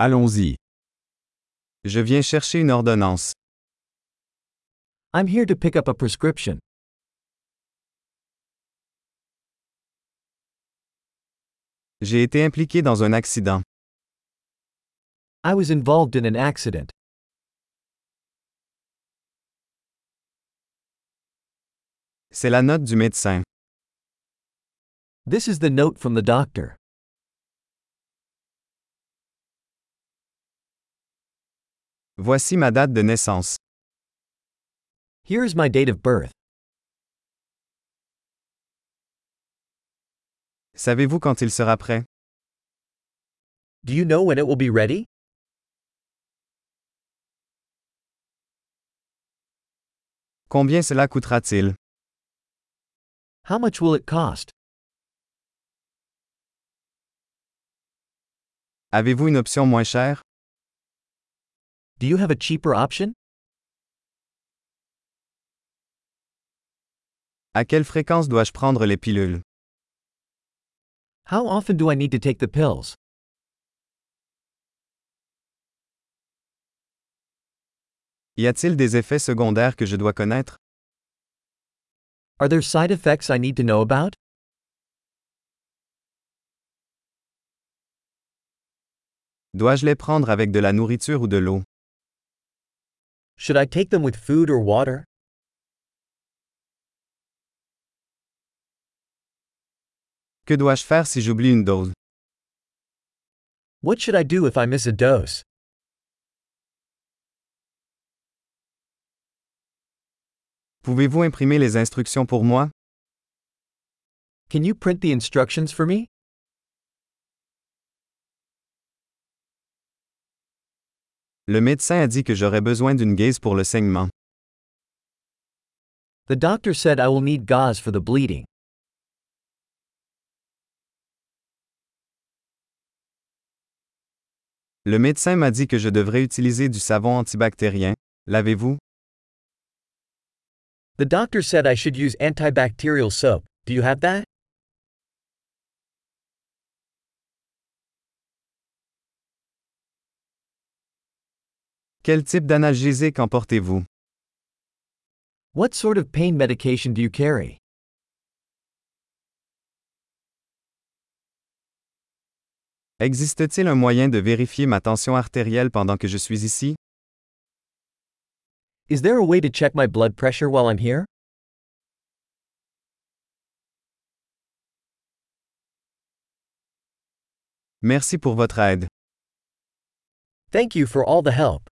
Allons-y. Je viens chercher une ordonnance. I'm here to pick up a prescription. J'ai été impliqué dans un accident. I was involved in an accident. C'est la note du médecin. This is the note from the doctor. Voici ma date de naissance. Here is my date of birth. Savez-vous quand il sera prêt? Do you know when it will be ready? Combien cela coûtera-t-il? How much will it cost? Avez-vous une option moins chère? Do you have a cheaper option? À quelle fréquence dois-je prendre les pilules? How often do I need to take the pills? Y a-t-il des effets secondaires que je dois connaître? Are there side effects I need to know about? Dois-je les prendre avec de la nourriture ou de l'eau? Should I take them with food or water? Que dois-je faire si j'oublie une dose? What should I do if I miss a dose? Pouvez-vous imprimer les instructions pour moi? Can you print the instructions for me? Le médecin a dit que j'aurais besoin d'une guise pour le saignement. The doctor said I will need gauze for the bleeding. Le médecin m'a dit que je devrais utiliser du savon antibactérien. L'avez-vous? The doctor said I should use antibacterial soap. Do you have that? Quel type d'analgésique emportez-vous? What sort of pain medication do you carry? Existe-t-il un moyen de vérifier ma tension artérielle pendant que je suis ici? Is there a way to check my blood pressure while I'm here? Merci pour votre aide. Thank you for all the help.